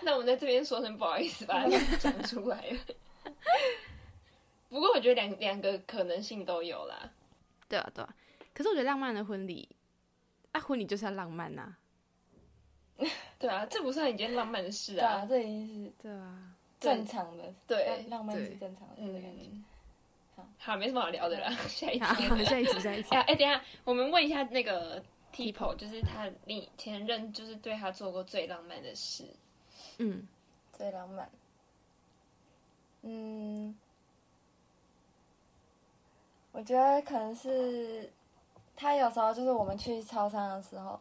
[SPEAKER 1] 那我们在这边说声不好意思吧，讲出来 了。不过我觉得两两个可能性都有啦。
[SPEAKER 2] 对啊对啊，可是我觉得浪漫的婚礼，啊婚礼就是要浪漫呐、
[SPEAKER 1] 对啊，这不算一件浪漫的事
[SPEAKER 3] 对啊，
[SPEAKER 1] 啊。
[SPEAKER 3] 这已经是
[SPEAKER 2] 对啊，
[SPEAKER 3] 正常的，
[SPEAKER 1] 对，
[SPEAKER 3] 浪漫是
[SPEAKER 2] 对
[SPEAKER 3] 正常的这个感觉。
[SPEAKER 1] 嗯
[SPEAKER 3] 好，
[SPEAKER 1] 好，没什么好聊的啦，下一
[SPEAKER 2] 好
[SPEAKER 1] 题。，
[SPEAKER 2] 下一集下一集
[SPEAKER 1] 哎、。哎，等一下，我们问一下那个
[SPEAKER 2] Tipo
[SPEAKER 1] Tipo，就是他另前任，就是对他做过最浪漫的事。
[SPEAKER 2] 嗯，
[SPEAKER 3] 最浪漫。嗯，我觉得可能是他有时候就是我们去超商的时候，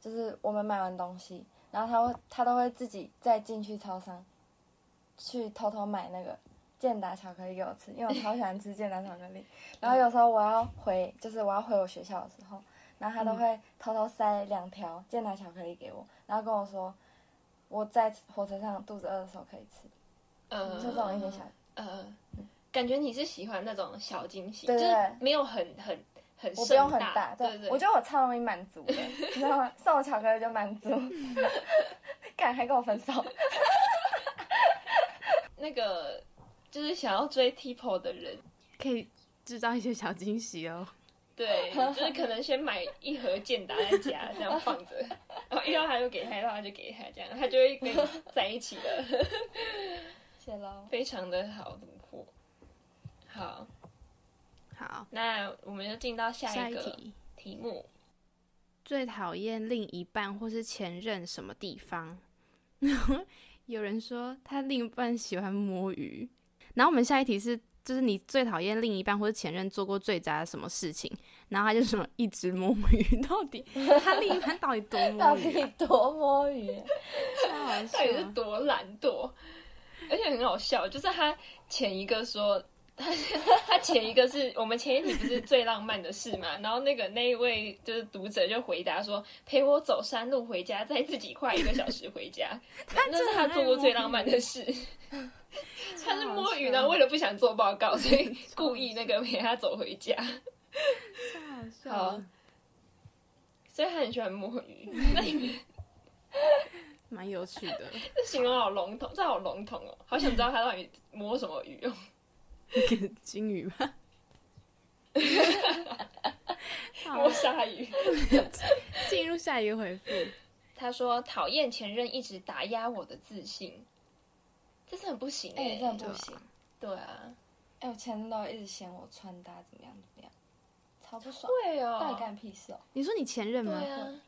[SPEAKER 3] 就是我们买完东西，然后他会他都会自己再进去超商，去偷偷买那个健达巧克力给我吃，因为我超喜欢吃健达巧克力。然后有时候我要回，就是我要回我学校的时候，然后他都会偷偷塞两条健达巧克力给我，然后跟我说我在火车上肚子饿的时候可以吃，
[SPEAKER 1] 呃，
[SPEAKER 3] 就这种一点小。
[SPEAKER 1] 呃，感觉你是喜欢那种小惊喜，
[SPEAKER 3] 对对
[SPEAKER 1] 就是没有很很很
[SPEAKER 3] 我不用
[SPEAKER 1] 盛
[SPEAKER 3] 很
[SPEAKER 1] 大，
[SPEAKER 3] 大，
[SPEAKER 1] 对对，
[SPEAKER 3] 我觉得我超容易满足的，你知道吗？送我巧克力就满足，干还跟我分手，
[SPEAKER 1] 那个就是想要追 Tipo 的人，
[SPEAKER 2] 可以制造一些小惊喜哦。
[SPEAKER 1] 对，就是可能先买一盒健达在家，这样放着，然后遇到他就给他，遇到他就给他，这样他就会跟你在一起了，
[SPEAKER 3] 谢喽。
[SPEAKER 1] 非常的好虏获。好，
[SPEAKER 2] 好，
[SPEAKER 1] 那我们就进到下
[SPEAKER 2] 下
[SPEAKER 1] 一
[SPEAKER 2] 一
[SPEAKER 1] 个
[SPEAKER 2] 题。
[SPEAKER 1] 题目。
[SPEAKER 2] 最讨厌另一半或是前任什么地方？ 有人说他另一半喜欢摸鱼，然后我们下一题是，就是你最讨厌另一半或是前任做过最渣的什么事情？然后他就说一直摸鱼， 到底他另一半到底 多
[SPEAKER 3] 到
[SPEAKER 2] 摸鱼、
[SPEAKER 3] 底
[SPEAKER 2] 啊？
[SPEAKER 3] 多摸鱼？
[SPEAKER 2] 超好笑
[SPEAKER 1] 到底是啊 多懒惰，而且很好笑，就是他前一个说。 他他前一个是我们前一题不是最浪漫的事嘛， 然后那个那一位就是读者就回答说陪我走山路回家，再自己快一个小时回 家，那那是他做过最浪漫的事。 他是摸鱼，然后为了不想做报告，所以故意那个陪他走回家，
[SPEAKER 2] 超好笑
[SPEAKER 1] 好所以他很喜欢摸鱼。那你们
[SPEAKER 2] 蛮有趣的。
[SPEAKER 1] 这形容好笼统，这好笼统哦，好想知道他到底摸什么鱼哦。
[SPEAKER 2] 金鱼吧， 好
[SPEAKER 1] 摸，鲨鱼。
[SPEAKER 2] 进入下一个回复。
[SPEAKER 1] 他说讨厌前任一直打压我的自信，这是很不行
[SPEAKER 3] 哎、
[SPEAKER 1] 哎、
[SPEAKER 3] 真的不行。
[SPEAKER 1] 对啊，
[SPEAKER 3] 哎、我前任都一直嫌我穿搭怎么样怎么样，超不爽。
[SPEAKER 1] 对
[SPEAKER 3] 到底
[SPEAKER 1] 哦，
[SPEAKER 3] 干屁事哦？
[SPEAKER 2] 你说你前任
[SPEAKER 1] 对
[SPEAKER 2] 吗？
[SPEAKER 1] 啊，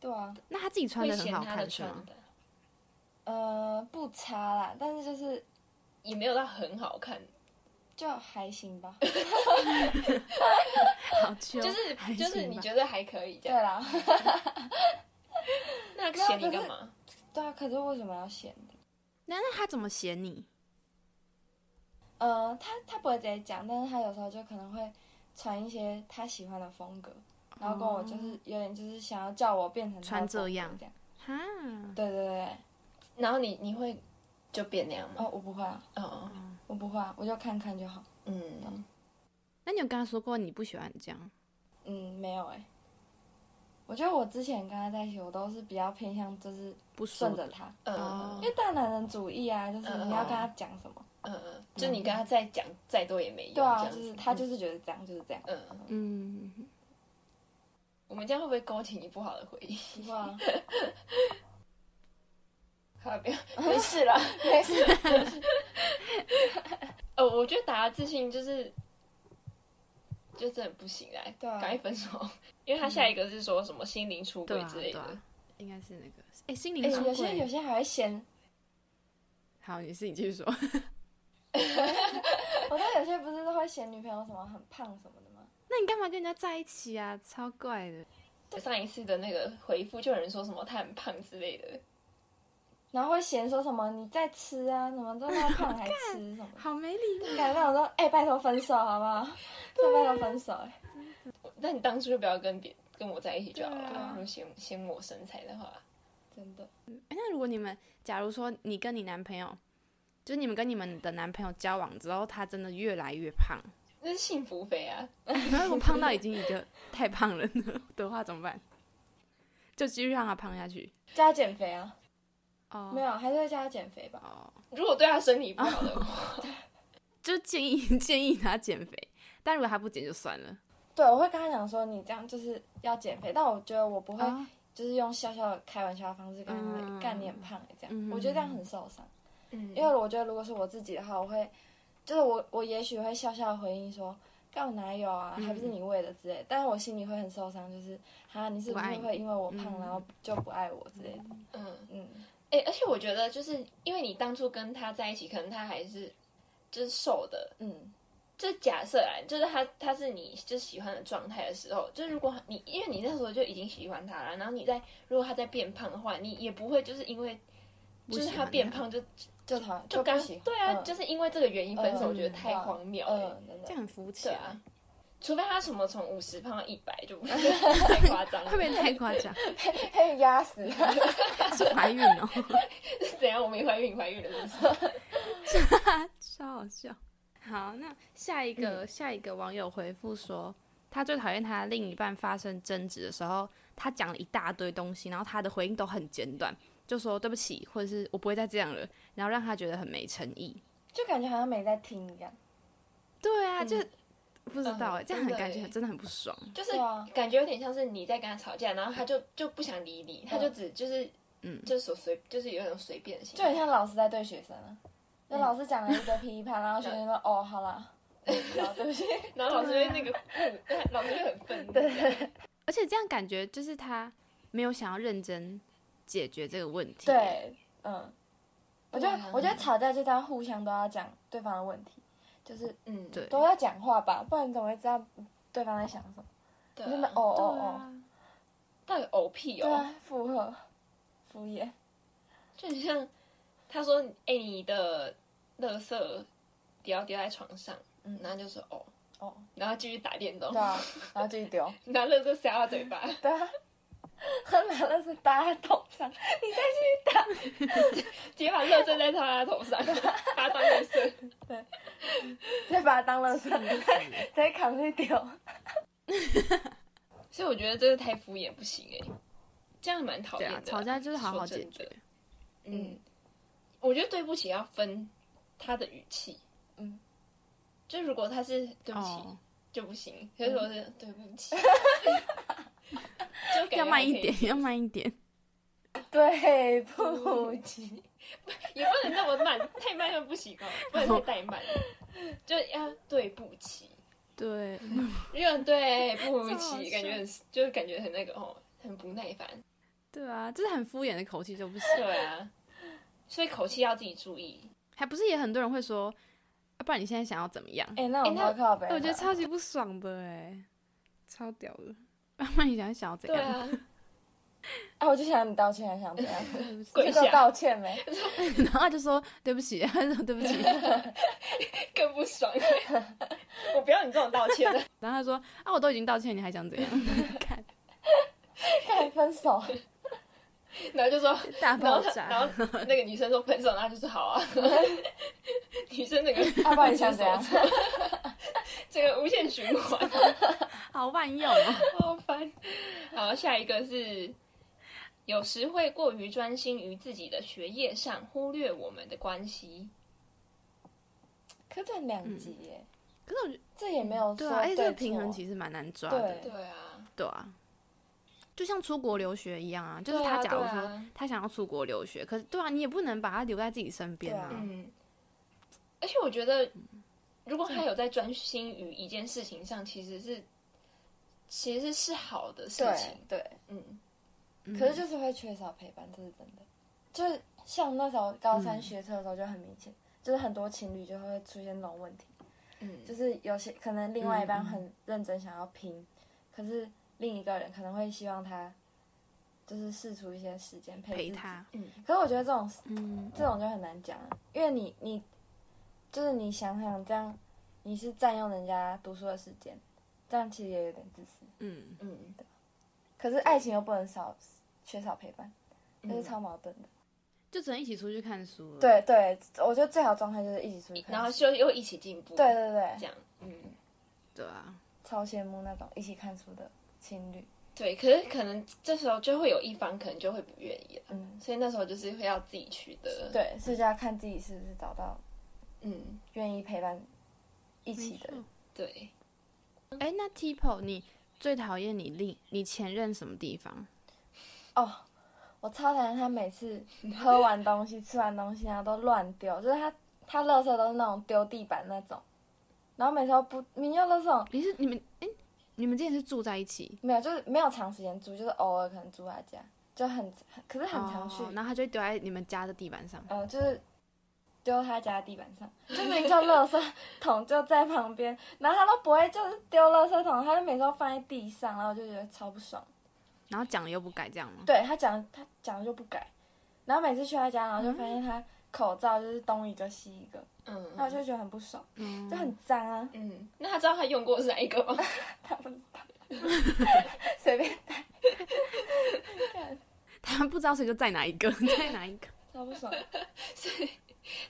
[SPEAKER 3] 对啊，
[SPEAKER 2] 那他自己穿
[SPEAKER 1] 会
[SPEAKER 2] 的
[SPEAKER 1] 嫌
[SPEAKER 2] 很好
[SPEAKER 1] 他的
[SPEAKER 2] 看是
[SPEAKER 1] 穿
[SPEAKER 2] 吗？
[SPEAKER 1] 的
[SPEAKER 3] 呃，不差啦，但是就是
[SPEAKER 1] 也没有到很好看，
[SPEAKER 3] 就还行吧。
[SPEAKER 2] 好秋，
[SPEAKER 1] 就是
[SPEAKER 2] 还
[SPEAKER 1] 就是
[SPEAKER 2] 行
[SPEAKER 1] 你
[SPEAKER 2] 吧
[SPEAKER 1] 觉得还可以这
[SPEAKER 3] 对
[SPEAKER 1] 样，
[SPEAKER 3] 啦，
[SPEAKER 1] 那
[SPEAKER 3] 没有
[SPEAKER 1] 嫌你
[SPEAKER 3] 可是
[SPEAKER 1] 干嘛？
[SPEAKER 3] 对啊，可是为什么要嫌？
[SPEAKER 2] 那那他怎么写你？
[SPEAKER 3] 呃，他他不会直接讲，但是他有时候就可能会传一些他喜欢的风格，然后跟我
[SPEAKER 1] 哦
[SPEAKER 3] 就是有点就是想要叫我变成他的
[SPEAKER 2] 穿这
[SPEAKER 3] 风格
[SPEAKER 2] 样
[SPEAKER 3] 这样。
[SPEAKER 2] 哈，
[SPEAKER 3] 对对对，对
[SPEAKER 1] 然后你你会就变那样吗？
[SPEAKER 3] 哦，我不会啊，
[SPEAKER 1] 哦，
[SPEAKER 3] 我不会啊，我就看看就好。
[SPEAKER 1] 嗯，
[SPEAKER 2] 那你有跟他说过你不喜欢这样？
[SPEAKER 3] 嗯，没有哎、我觉得我之前跟他在一起，我都是比较偏向就是
[SPEAKER 2] 不说
[SPEAKER 3] 顺
[SPEAKER 2] 的
[SPEAKER 3] 着他，
[SPEAKER 1] 嗯
[SPEAKER 2] 哦
[SPEAKER 3] 因为大男人主义啊，就是你要跟他讲什么，
[SPEAKER 1] 嗯嗯，就你跟他再讲再多也没用，
[SPEAKER 3] 对啊，
[SPEAKER 1] 这样
[SPEAKER 3] 就
[SPEAKER 1] 子
[SPEAKER 3] 是他就是觉得这样就是 这样，
[SPEAKER 1] 嗯，
[SPEAKER 2] 嗯，
[SPEAKER 1] 我们这样会不会勾起你不好的回忆？
[SPEAKER 3] 不会啊，
[SPEAKER 1] 好，不要，没事啦。
[SPEAKER 3] 没事，
[SPEAKER 1] 呃，我觉得打压自信就是，就真的不行哎，
[SPEAKER 3] 对啊
[SPEAKER 1] 赶快分手。因为他下一个是说什么心灵出
[SPEAKER 2] 对
[SPEAKER 1] 轨
[SPEAKER 2] 啊，
[SPEAKER 1] 之类
[SPEAKER 2] 对
[SPEAKER 1] 的，
[SPEAKER 2] 啊，应该是那个，哎，心
[SPEAKER 3] 哎
[SPEAKER 2] 灵出
[SPEAKER 3] 有些有
[SPEAKER 2] 轨。
[SPEAKER 3] 些还会嫌，
[SPEAKER 2] 好，你自己继续说。
[SPEAKER 3] 我知道有些不是都会嫌女朋友什么很胖什么的吗？
[SPEAKER 2] 那你干嘛跟人家在一起啊？超怪的。，
[SPEAKER 1] 上一次的那个回复就有人说什么他很胖之类的，
[SPEAKER 3] 然后会嫌说什么你在吃啊，什么都那么胖还吃什么
[SPEAKER 2] 好没礼貌。
[SPEAKER 3] 改不了说哎、拜托分手好不 好？
[SPEAKER 2] 啊
[SPEAKER 3] 这拜托分手、哎
[SPEAKER 1] 那你当初就不要跟别跟我在一起就好了。
[SPEAKER 2] 对啊
[SPEAKER 1] 如果嫌嫌我身材的话，
[SPEAKER 3] 真的
[SPEAKER 2] 哎，那如果你们，假如说你跟你男朋友，就是你们跟你们的男朋友交往之后，他真的越来越胖，
[SPEAKER 1] 那是幸福肥啊！
[SPEAKER 2] 那如果胖到已经一个太胖了呢的话，怎么办？就继续让他胖下去。
[SPEAKER 3] 叫他减肥啊，
[SPEAKER 2] 哦
[SPEAKER 3] 没有，还是会叫他减肥吧。
[SPEAKER 2] 哦，
[SPEAKER 1] 如果对他身体不好的话，
[SPEAKER 2] 就建议 建议他减肥，但如果他不减就算了。
[SPEAKER 3] 对，我会跟他讲说你这样就是要减肥，但我觉得我不会
[SPEAKER 2] 啊
[SPEAKER 3] 就是用笑笑的开玩笑的方式跟他说
[SPEAKER 2] 嗯
[SPEAKER 3] 干、你很胖、哎这样，
[SPEAKER 2] 嗯
[SPEAKER 3] 我觉得这样很受伤。
[SPEAKER 1] 嗯，
[SPEAKER 3] 因为我觉得如果是我自己的话，我会，就是我我也许会笑笑地回应说，干我哪有啊，
[SPEAKER 2] 嗯
[SPEAKER 3] 还不是你喂的之类的，但是我心里会很受伤，就是哈，你是不是
[SPEAKER 2] 不爱你
[SPEAKER 3] 会因为我胖
[SPEAKER 2] 嗯
[SPEAKER 3] 然后就不爱我之类的？
[SPEAKER 1] 嗯。
[SPEAKER 3] 嗯，
[SPEAKER 1] 哎、而且我觉得，就是因为你当初跟他在一起，可能他还是就是瘦的，
[SPEAKER 3] 嗯，
[SPEAKER 1] 就假设啊，就是他他是你就喜欢的状态的时候，就是如果你因为你那时候就已经喜欢他了，然后你在如果他在变胖的话，你也不会就是因为
[SPEAKER 2] 不
[SPEAKER 1] 就是
[SPEAKER 2] 喜
[SPEAKER 1] 他
[SPEAKER 2] 欢
[SPEAKER 1] 变
[SPEAKER 2] 他
[SPEAKER 1] 胖就
[SPEAKER 3] 就讨
[SPEAKER 1] 就
[SPEAKER 3] 不
[SPEAKER 1] 刚
[SPEAKER 3] 行，
[SPEAKER 1] 对啊，
[SPEAKER 3] 嗯
[SPEAKER 1] 就是因为这个原因分手，
[SPEAKER 3] 嗯
[SPEAKER 1] 我觉得太
[SPEAKER 3] 嗯
[SPEAKER 1] 荒谬了、
[SPEAKER 3] 嗯，真
[SPEAKER 2] 这
[SPEAKER 3] 的
[SPEAKER 2] 样很肤
[SPEAKER 1] 对
[SPEAKER 2] 浅
[SPEAKER 1] 啊，除非他什么从五十胖到一百，就太夸张
[SPEAKER 2] 会不
[SPEAKER 1] 了。
[SPEAKER 2] 会太 夸 张？
[SPEAKER 3] 被压死，
[SPEAKER 2] 是怀孕 哦，
[SPEAKER 1] 怎样？我没怀孕，你怀孕了是不是？
[SPEAKER 2] 超好笑。嗯好，那下一个、下一个网友回复说，他最讨厌他另一半发生争执的时候，他讲了一大堆东西，然后他的回应都很简短，就说对不起，或者是我不会再这样了，然后让他觉得很没诚意。
[SPEAKER 3] 就感觉好像没在听一样。
[SPEAKER 2] 对啊，
[SPEAKER 3] 嗯
[SPEAKER 2] 就不知道哎、
[SPEAKER 1] 嗯
[SPEAKER 2] 这样
[SPEAKER 1] 真
[SPEAKER 2] 很
[SPEAKER 1] 的
[SPEAKER 2] 感觉
[SPEAKER 1] 欸
[SPEAKER 2] 真的很不爽。
[SPEAKER 1] 就是
[SPEAKER 3] 对啊
[SPEAKER 1] 感觉有点像是你在跟他吵架，然后他就就不想理你，他就只就是
[SPEAKER 2] 嗯
[SPEAKER 1] 就是所随就是有一种随便的心
[SPEAKER 3] 就很像老师在对学生啊，就
[SPEAKER 1] 嗯
[SPEAKER 3] 老师讲了一堆噼啪，然后学生 说哦，好啦，好对不起，
[SPEAKER 1] 然后老师就那个，老师就很愤怒。对，
[SPEAKER 2] 而且这样感觉就是他没有想要认真解决这个问题。，
[SPEAKER 3] 对，嗯，我觉得、
[SPEAKER 1] 对啊
[SPEAKER 3] 我觉得吵架就是要互相都要讲对方的问题，就是
[SPEAKER 1] 嗯，
[SPEAKER 2] 对
[SPEAKER 3] 都要讲话吧，不然你怎么会知道对方在想什么？
[SPEAKER 1] 对
[SPEAKER 3] 你真的
[SPEAKER 1] 啊
[SPEAKER 3] 哦，哦
[SPEAKER 2] 对
[SPEAKER 3] 哦，
[SPEAKER 2] 啊
[SPEAKER 1] 到底偶屁
[SPEAKER 3] 对
[SPEAKER 1] 哦，
[SPEAKER 3] 啊，附和敷衍，
[SPEAKER 1] 就很像他说，哎，你的垃圾不要丢在床上，
[SPEAKER 3] 嗯
[SPEAKER 1] 然后就说哦，
[SPEAKER 3] 哦，
[SPEAKER 1] 然后继续打电动
[SPEAKER 3] 对，啊，然后自己丢，
[SPEAKER 1] 拿垃圾塞到嘴巴，
[SPEAKER 3] 对啊，拿的是搭在桶上，
[SPEAKER 1] 直接把垃圾再套在他头 上，把他当垃圾。
[SPEAKER 3] 再把它当垃圾，
[SPEAKER 2] 是
[SPEAKER 3] 直接扛去丢，
[SPEAKER 1] 所以我觉得这个太敷衍不行哎，这样蛮讨
[SPEAKER 2] 对
[SPEAKER 1] 厌的
[SPEAKER 2] 啊
[SPEAKER 1] 啊。，
[SPEAKER 2] 吵架就是好好
[SPEAKER 1] 说真
[SPEAKER 2] 解
[SPEAKER 1] 的
[SPEAKER 2] 决。
[SPEAKER 1] 嗯，我觉得对不起要分他的语气，
[SPEAKER 3] 嗯，
[SPEAKER 1] 就如果他是对不起、
[SPEAKER 2] 哦，
[SPEAKER 1] 就不行，可是我是对不 起，就感觉
[SPEAKER 2] 要慢一
[SPEAKER 1] 还可以，
[SPEAKER 2] 点，要慢一点。
[SPEAKER 3] 对不起，
[SPEAKER 1] 也不能那么慢，太慢又不行哦，不能太怠慢，就要对不起，
[SPEAKER 2] 对，
[SPEAKER 1] 因为对不
[SPEAKER 2] 超好
[SPEAKER 1] 起，
[SPEAKER 2] 笑
[SPEAKER 1] 感觉很就是感觉很那个哦，很不耐烦，
[SPEAKER 2] 对啊，就是很敷衍的口气就不行。
[SPEAKER 1] 对啊，所以口气要自己注意，
[SPEAKER 2] 还不是也很多人会说，啊、不然你现在想要怎么样？
[SPEAKER 3] 哎、那我
[SPEAKER 1] 哎那
[SPEAKER 3] 靠靠呗，
[SPEAKER 2] 我觉得超级不爽的哎，超屌的。啊不然你想想要怎
[SPEAKER 1] 对
[SPEAKER 2] 样？
[SPEAKER 1] 啊，
[SPEAKER 3] 哎、我就想你道歉，还想怎 样？
[SPEAKER 1] 跪
[SPEAKER 3] 你给我
[SPEAKER 1] 下
[SPEAKER 3] 道歉没？
[SPEAKER 2] 然后他就说对不起， 他就说对不起，
[SPEAKER 1] 更不爽， 我不要你这种道歉的，
[SPEAKER 2] 然后他说啊，我都已经道歉，你还想怎样？看
[SPEAKER 3] 该分手，啊
[SPEAKER 1] 然后就说
[SPEAKER 2] 大
[SPEAKER 1] 然
[SPEAKER 2] 爆
[SPEAKER 1] 后他，
[SPEAKER 2] 炸。
[SPEAKER 1] 然后那个女生说分手，然后就说好啊。 女生整个
[SPEAKER 3] 要、不然你想怎样？
[SPEAKER 1] 这个无限循环，
[SPEAKER 2] 好万用哦。
[SPEAKER 1] 好烦。 好，下一个是有时会过于专心于自己的学业上，忽略我们的关系。
[SPEAKER 3] 可这两集耶，
[SPEAKER 2] 可是我觉得
[SPEAKER 3] 这也没有
[SPEAKER 2] 对
[SPEAKER 3] 说
[SPEAKER 2] 啊，而且这个
[SPEAKER 3] 错
[SPEAKER 2] 平衡其实蛮难抓的。
[SPEAKER 1] 对啊，
[SPEAKER 2] 对啊，就像出国留学一样啊，就
[SPEAKER 1] 对
[SPEAKER 2] 是他
[SPEAKER 1] 啊，
[SPEAKER 2] 假如
[SPEAKER 1] 对
[SPEAKER 2] 说
[SPEAKER 1] 啊，
[SPEAKER 2] 他想要出国留学，可是对啊，你也不能把他留在自己身边
[SPEAKER 3] 对啊
[SPEAKER 2] 啊。
[SPEAKER 1] 嗯。而且我觉得，如果他有在专心于一件事情上，其实是其实是好的事情
[SPEAKER 3] 对。对，
[SPEAKER 1] 嗯，
[SPEAKER 2] 嗯
[SPEAKER 3] 可是就是会缺少陪伴，这是真的。就是像那时候高三
[SPEAKER 2] 嗯
[SPEAKER 3] 学车的时候就很明显，就是很多情侣就会出现这种问题，
[SPEAKER 1] 嗯，
[SPEAKER 3] 就是有些可能另外一半
[SPEAKER 2] 嗯嗯
[SPEAKER 3] 很认真想要拼，可是另一个人可能会希望他就是试出一些时间陪
[SPEAKER 2] 陪
[SPEAKER 3] 自己。
[SPEAKER 2] 他，
[SPEAKER 1] 嗯，
[SPEAKER 3] 可是我觉得这种
[SPEAKER 2] 嗯，
[SPEAKER 3] 这种就很难讲啊，因为你你就是你想想这样，你是占用人家读书的时间，这样其实也有点自私。
[SPEAKER 2] 嗯，
[SPEAKER 1] 嗯，
[SPEAKER 3] 可是爱情又不能少缺少陪伴，这是
[SPEAKER 1] 嗯
[SPEAKER 3] 超矛盾的。
[SPEAKER 2] 就只能一起出去看书了。
[SPEAKER 3] 对，对，我觉得最好状态就是一起出去看书，
[SPEAKER 1] 然后就又一起进步，
[SPEAKER 3] 对对对
[SPEAKER 1] 这，样，嗯，
[SPEAKER 2] 对啊，
[SPEAKER 3] 超羡慕那种一起看书的情侣。
[SPEAKER 1] 对。可是可能这时候就会有一方可能就会不愿意了，
[SPEAKER 3] 嗯，
[SPEAKER 1] 所以那时候就是会要自己取得，，
[SPEAKER 3] 对，所以就要看自己是不是找到
[SPEAKER 1] 嗯，
[SPEAKER 3] 愿意陪伴一起
[SPEAKER 2] 没
[SPEAKER 3] 的人
[SPEAKER 2] 错。。
[SPEAKER 1] 对。
[SPEAKER 2] 哎，那 Tipo，你最讨厌你另你前任什么地方？
[SPEAKER 3] 哦，我超讨厌他每次喝完东西、吃完东西，然后都乱丢，就是他他垃圾都是那种丢地板那种，然后每次都不明就垃圾桶
[SPEAKER 2] 你是你们哎，你们之前是住在一起？
[SPEAKER 3] 没有，就是没有长时间住，就是偶尔可能住他家，就很很可是很常去，
[SPEAKER 2] 哦然后他就会丢在你们家的地板上。
[SPEAKER 3] 呃，就是。丢他家地板上，就明叫垃圾桶就在旁边，然后他都不会就是丢垃圾桶，他就每次都放在地上，然后我就觉得超不爽。
[SPEAKER 2] 然后讲了又不改，这样吗？
[SPEAKER 3] 对他讲，他讲了就不改，然后每次去他家，然后就发现他口罩就是东一个西一个，
[SPEAKER 1] 嗯，
[SPEAKER 3] 然后我就觉得很不爽，
[SPEAKER 2] 嗯
[SPEAKER 3] 就很脏啊，
[SPEAKER 1] 嗯，那他知道他用过是哪一个吗？
[SPEAKER 3] 他不知道，随便
[SPEAKER 2] 他不知道谁就在哪一个， 在哪一个。
[SPEAKER 3] 超不爽。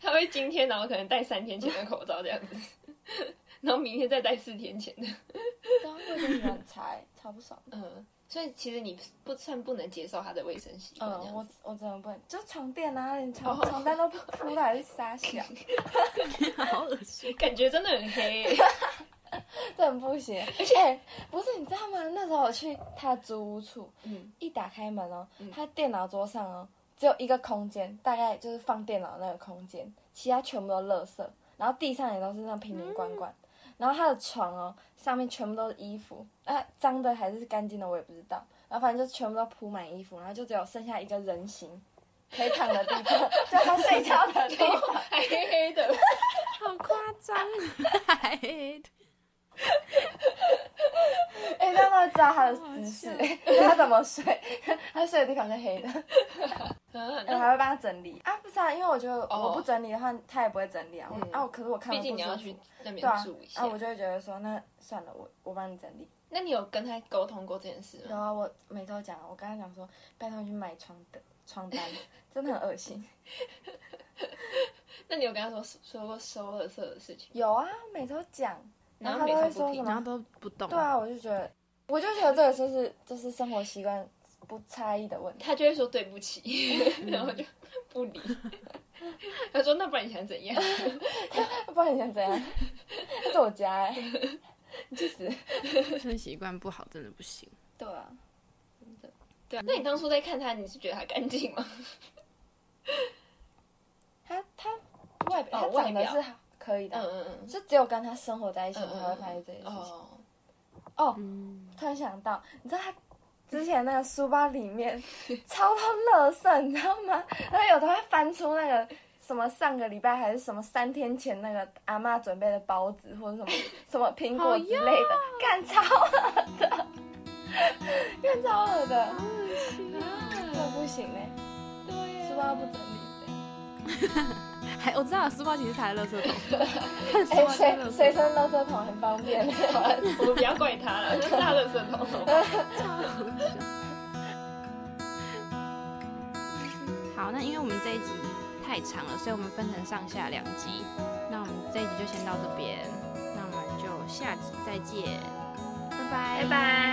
[SPEAKER 1] 他会今天，然后可能戴三天前的口罩这样子， 然后明天再戴四天前的。
[SPEAKER 3] 对啊，卫生习惯很差欸，超不爽。
[SPEAKER 1] 嗯，所以其实你不算不能接受他的卫生习惯这
[SPEAKER 3] 嗯，
[SPEAKER 1] 样
[SPEAKER 3] 我
[SPEAKER 1] 子。
[SPEAKER 3] 我真的不能，就床垫啊，连床
[SPEAKER 1] 哦
[SPEAKER 3] 床单都不铺的，还是沙 小，
[SPEAKER 2] 好恶心。
[SPEAKER 1] 感觉真的很黑 欸、
[SPEAKER 3] 这很不行。而且不是你知道吗？那时候我去他的租屋处，
[SPEAKER 1] 嗯，
[SPEAKER 3] 一打开门哦
[SPEAKER 1] 嗯，
[SPEAKER 3] 他电脑桌上哦，只有一个空间，大概就是放电脑那个空间，其他全部都垃圾，然后地上也都是那种瓶瓶罐罐，
[SPEAKER 2] 嗯
[SPEAKER 3] 然后他的床哦，上面全部都是衣服，啊，脏的还是干净的我也不知道，然后反正就全部都铺满衣服，然后就只有剩下一个人形。可以躺的地方， 就他睡觉的地 方，
[SPEAKER 1] 还黑黑的，
[SPEAKER 2] 好夸张，还
[SPEAKER 3] 哎、欸，那都知道他的姿势，
[SPEAKER 2] 好
[SPEAKER 3] 他怎么睡， 他睡的地方是黑的。
[SPEAKER 1] 啊
[SPEAKER 3] 我
[SPEAKER 1] 那
[SPEAKER 3] 还会帮他整理啊，不是啊，因为我觉得
[SPEAKER 1] 哦
[SPEAKER 3] 我不整理的话，他也不会整理啊。
[SPEAKER 1] 嗯
[SPEAKER 3] 我啊，我可是我看
[SPEAKER 1] 毕
[SPEAKER 3] 了不
[SPEAKER 1] 竟你
[SPEAKER 3] 舒
[SPEAKER 1] 要
[SPEAKER 3] 服
[SPEAKER 1] 去，那
[SPEAKER 3] 对
[SPEAKER 1] 边
[SPEAKER 3] 啊
[SPEAKER 1] 住一，下。
[SPEAKER 3] 啊，我就会觉得说，那算了，我我帮你整理。
[SPEAKER 1] 那你有跟他沟通过这件事
[SPEAKER 3] 然
[SPEAKER 1] 吗？
[SPEAKER 3] 后我每周讲，我跟他讲说，拜托你去买床的床单， 真的很恶心。
[SPEAKER 1] 那你有跟他说说过收垃圾的事情？
[SPEAKER 3] 有啊，每周讲，然
[SPEAKER 1] 然后
[SPEAKER 3] 后
[SPEAKER 1] 每
[SPEAKER 3] 他都会
[SPEAKER 1] 次不
[SPEAKER 3] 说
[SPEAKER 1] 听
[SPEAKER 3] 什
[SPEAKER 2] 然
[SPEAKER 3] 么？
[SPEAKER 2] 后都不动。
[SPEAKER 3] 对啊，我就觉得，我就觉得这个就是就是生活习惯不差异的问题。
[SPEAKER 1] 他就会说对不起， 然后就不 理。他说：“那不然你想怎样？
[SPEAKER 3] 不然你想怎样？这是我家 哎、你去死！
[SPEAKER 2] 卫生习惯不好真的不行。
[SPEAKER 3] 对啊，
[SPEAKER 1] 对啊，那你当初在看他，你是觉得他干净吗？
[SPEAKER 3] 他他外表、
[SPEAKER 1] 哦
[SPEAKER 3] 他
[SPEAKER 1] 外
[SPEAKER 3] 长得
[SPEAKER 1] 表
[SPEAKER 3] 是好可以的啊、
[SPEAKER 1] 嗯嗯嗯，
[SPEAKER 3] 就只有跟他生活在一起，
[SPEAKER 1] 嗯嗯
[SPEAKER 3] 才会发现这件事情。
[SPEAKER 1] 哦，
[SPEAKER 2] 嗯，
[SPEAKER 3] 突然想到，你知 道他之前那个书包里面 超多垃圾，你知道吗？然后有的会翻出那个什么上个礼拜还是什么三天前那个阿妈准备的包子，或者 什么什么苹果之类的，干超恶的， 干超恶的，这不行嘞、
[SPEAKER 1] 对呀
[SPEAKER 3] 书包不整理。
[SPEAKER 2] 还我知道书包其实才垃圾桶，
[SPEAKER 3] 哎、
[SPEAKER 2] 但是
[SPEAKER 3] 随
[SPEAKER 2] 垃圾
[SPEAKER 3] 随身垃圾桶很方 便、
[SPEAKER 1] 啊我们不要怪他了，那是他的舌头。
[SPEAKER 2] 好，那因为我们这一集太长了，所以我们分成上下两集。那我们这一集就先到这边，那我们就下集再见，拜拜，
[SPEAKER 1] 拜。